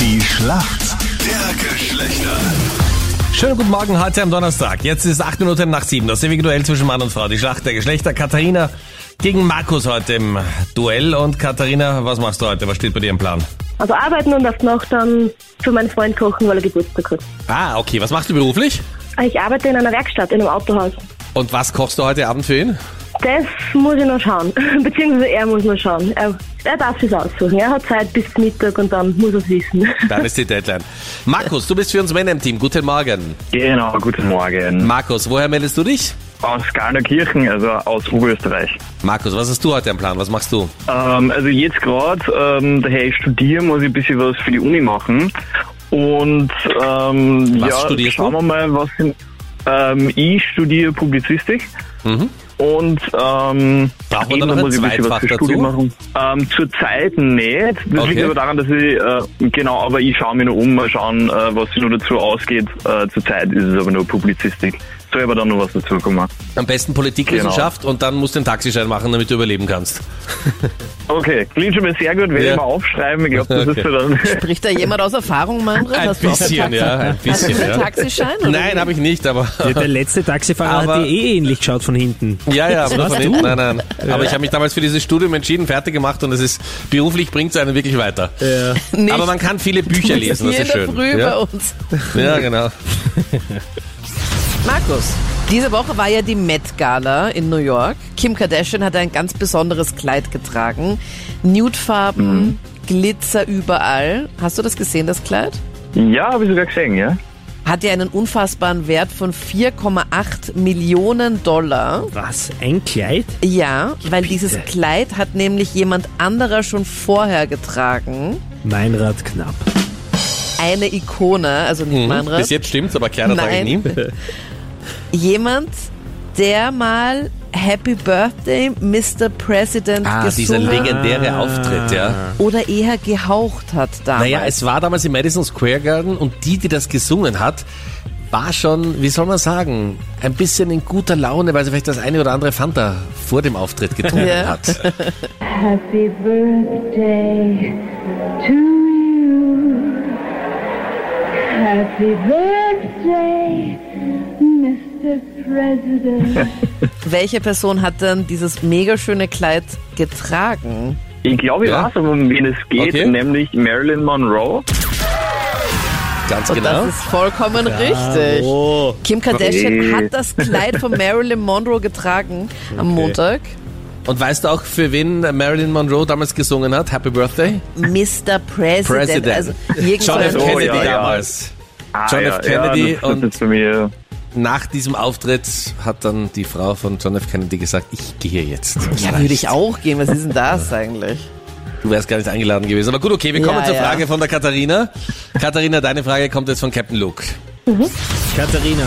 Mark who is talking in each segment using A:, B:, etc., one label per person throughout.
A: Die Schlacht der Geschlechter.
B: Schönen guten Morgen heute am Donnerstag. Jetzt ist 8 Minuten nach 7. Das ewige Duell zwischen Mann und Frau. Die Schlacht der Geschlechter. Katharina gegen Markus heute im Duell. Und Katharina, was machst du heute? Was steht bei dir im Plan?
C: Also arbeiten und auf die Nacht dann für meinen Freund kochen, weil er Geburtstag hat. Ah,
B: Ah, okay. Was machst du beruflich?
C: Ich arbeite in einer Werkstatt, in einem Autohaus.
B: Und was kochst du heute Abend für ihn?
C: Das muss ich noch schauen. Beziehungsweise er muss noch schauen. Er, er darf sich aussuchen. Er hat Zeit bis Mittag und dann muss er es wissen.
B: Dann ist die Deadline. Markus, du bist für uns Männer im Team. Guten Morgen.
D: Genau, guten Morgen.
B: Markus, woher meldest du dich?
D: Aus Garnerkirchen, also aus Oberösterreich.
B: Markus, was hast du heute im Plan? Was machst du?
D: Ähm, also jetzt gerade, ähm, daher ich studiere, muss ich ein bisschen was für die Uni machen. Und ähm,
B: Was
D: ja,
B: studierst
D: schauen wir mal, was... Ähm, ich studiere Publizistik. Und ähm,
B: Braucht man
D: eben,
B: Mhm. da noch
D: dann
B: ein
D: muss ich ein bisschen was
B: Zweitfach
D: für
B: dazu?
D: Studium machen. Ähm, zurzeit nicht. Das
B: Okay.
D: liegt aber daran, dass ich äh, genau, aber ich schaue mich noch um, mal schauen, äh, was sich noch dazu ausgeht. Äh, zurzeit ist es aber nur Publizistik. Soll aber dann noch was dazu kommen.
B: Am besten Politikwissenschaft und dann musst du den Taxischein machen, damit du überleben kannst.
D: Okay, klingt schon mal sehr gut, werde
B: Ja.
D: ich mal aufschreiben. Ich glaube, das
B: Okay.
D: ist so dann.
E: Spricht da jemand aus Erfahrung, Mandra?
B: Ein
E: Hast du auch
B: bisschen,
E: einen Taxi-
B: ja, ein bisschen,
E: Hast du einen
B: ja.
E: Taxischein? oder
B: Nein,
E: wie?
B: habe ich nicht, aber
F: Ja, der letzte Taxifahrer
B: Aber-
F: hat dir eh ähnlich geschaut von hinten.
B: Ja, ja, aber nur von hinten. Nein, nein. Aber ich habe mich damals für dieses Studium entschieden, fertig gemacht und es ist beruflich bringt es einen wirklich weiter.
E: Nicht.
B: Aber man kann viele Bücher lesen, das
E: Hier
B: ist
E: in der
B: schön.
E: Früh bei
B: ja?
E: uns.
B: ja, genau.
E: Markus, diese Woche war ja die Met Gala in New York. Kim Kardashian hat ein ganz besonderes Kleid getragen. Nudefarben,
B: Mhm.
E: Glitzer überall. Hast du das gesehen, das Kleid?
D: ja, habe ich sogar gesehen, ja.
E: Hat ja einen unfassbaren Wert von 4,8 Millionen Dollar.
F: Was? Ein Kleid?
E: Ja, weil dieses Kleid hat nämlich jemand anderer schon vorher getragen.
F: Meinrad Knapp.
E: Eine Ikone, also nicht Meinrad.
B: Mhm. Bis jetzt stimmt's, aber kleiner trage ich nie.
E: Nein. jemand, der mal Happy Birthday, Mr. President
B: Ah, dieser
E: gesungen
B: legendäre
E: Ah.
B: Auftritt, ja.
E: oder eher gehaucht hat damals.
B: Naja, es war damals im Madison Square Garden und die, die das gesungen hat, war schon, wie soll man sagen, ein bisschen in guter Laune, weil sie vielleicht das eine oder andere Fanta vor dem Auftritt getrunken
E: Ja.
B: hat.
G: Happy birthday to you. Happy birthday, Mr. President.
E: Welche Person hat denn dieses mega schöne Kleid getragen?
D: Ich glaube, ich
B: Ja.
D: weiß, um wen es geht,
B: Okay.
D: nämlich Marilyn Monroe.
B: Ganz
E: Und
B: genau.
E: das ist vollkommen richtig.
F: Oh.
E: Kim Kardashian
D: Okay.
E: hat das Kleid von Marilyn Monroe getragen am Montag.
B: Und weißt du auch, für wen Marilyn Monroe damals gesungen hat? Happy Birthday?
E: Mr. President.
B: President.
E: Also irgend so
B: John F.
E: ein-
D: Oh,
B: Kennedy
D: ja, ja.
B: damals.
D: Ah,
B: John F. Kennedy
D: ja, das,
B: und-
D: das ist bei mir.
B: Nach diesem Auftritt hat dann die Frau von John F. Kennedy gesagt, ich gehe jetzt.
E: ja, würde ich auch gehen. Was ist denn das eigentlich?
B: Du wärst gar nicht eingeladen gewesen. Aber gut, okay, wir kommen
E: Ja,
B: zur
E: ja.
B: Frage von der Katharina. Katharina, deine Frage kommt jetzt von Captain Luke.
F: Katharina,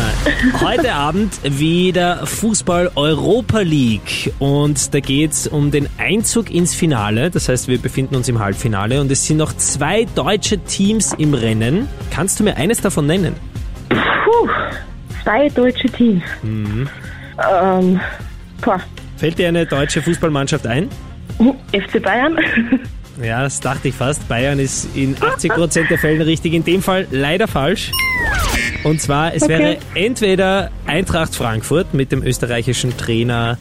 F: heute Abend wieder Fußball Europa League und da geht's um den Einzug ins Finale. Das heißt, wir befinden uns im Halbfinale und es sind noch zwei deutsche Teams im Rennen. Kannst du mir eines davon nennen?
C: Zwei deutsche Teams. Ähm, boah,
F: Fällt dir eine deutsche Fußballmannschaft ein?
C: FC Bayern.
F: Ja, das dachte ich fast. Bayern ist in 80% der Fällen richtig, in dem Fall leider falsch. Und zwar, es wäre entweder Eintracht Frankfurt mit dem österreichischen Trainer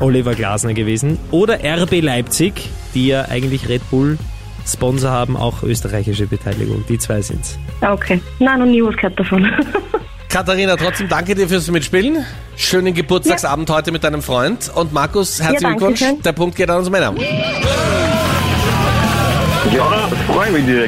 F: Oliver Glasner gewesen oder RB Leipzig, die ja eigentlich Red Bull Sponsor haben, auch österreichische Beteiligung. Die zwei sind's.
C: Ah, okay. Nein, noch nie was gehört davon.
B: Katharina, trotzdem danke dir fürs Mitspielen. Schönen Geburtstagsabend heute mit deinem Freund. Und Markus, herzlichen
C: Ja, danke
B: Glückwunsch.
C: schön.
B: Der Punkt geht an uns Männer.
D: Ja, freue mich direkt.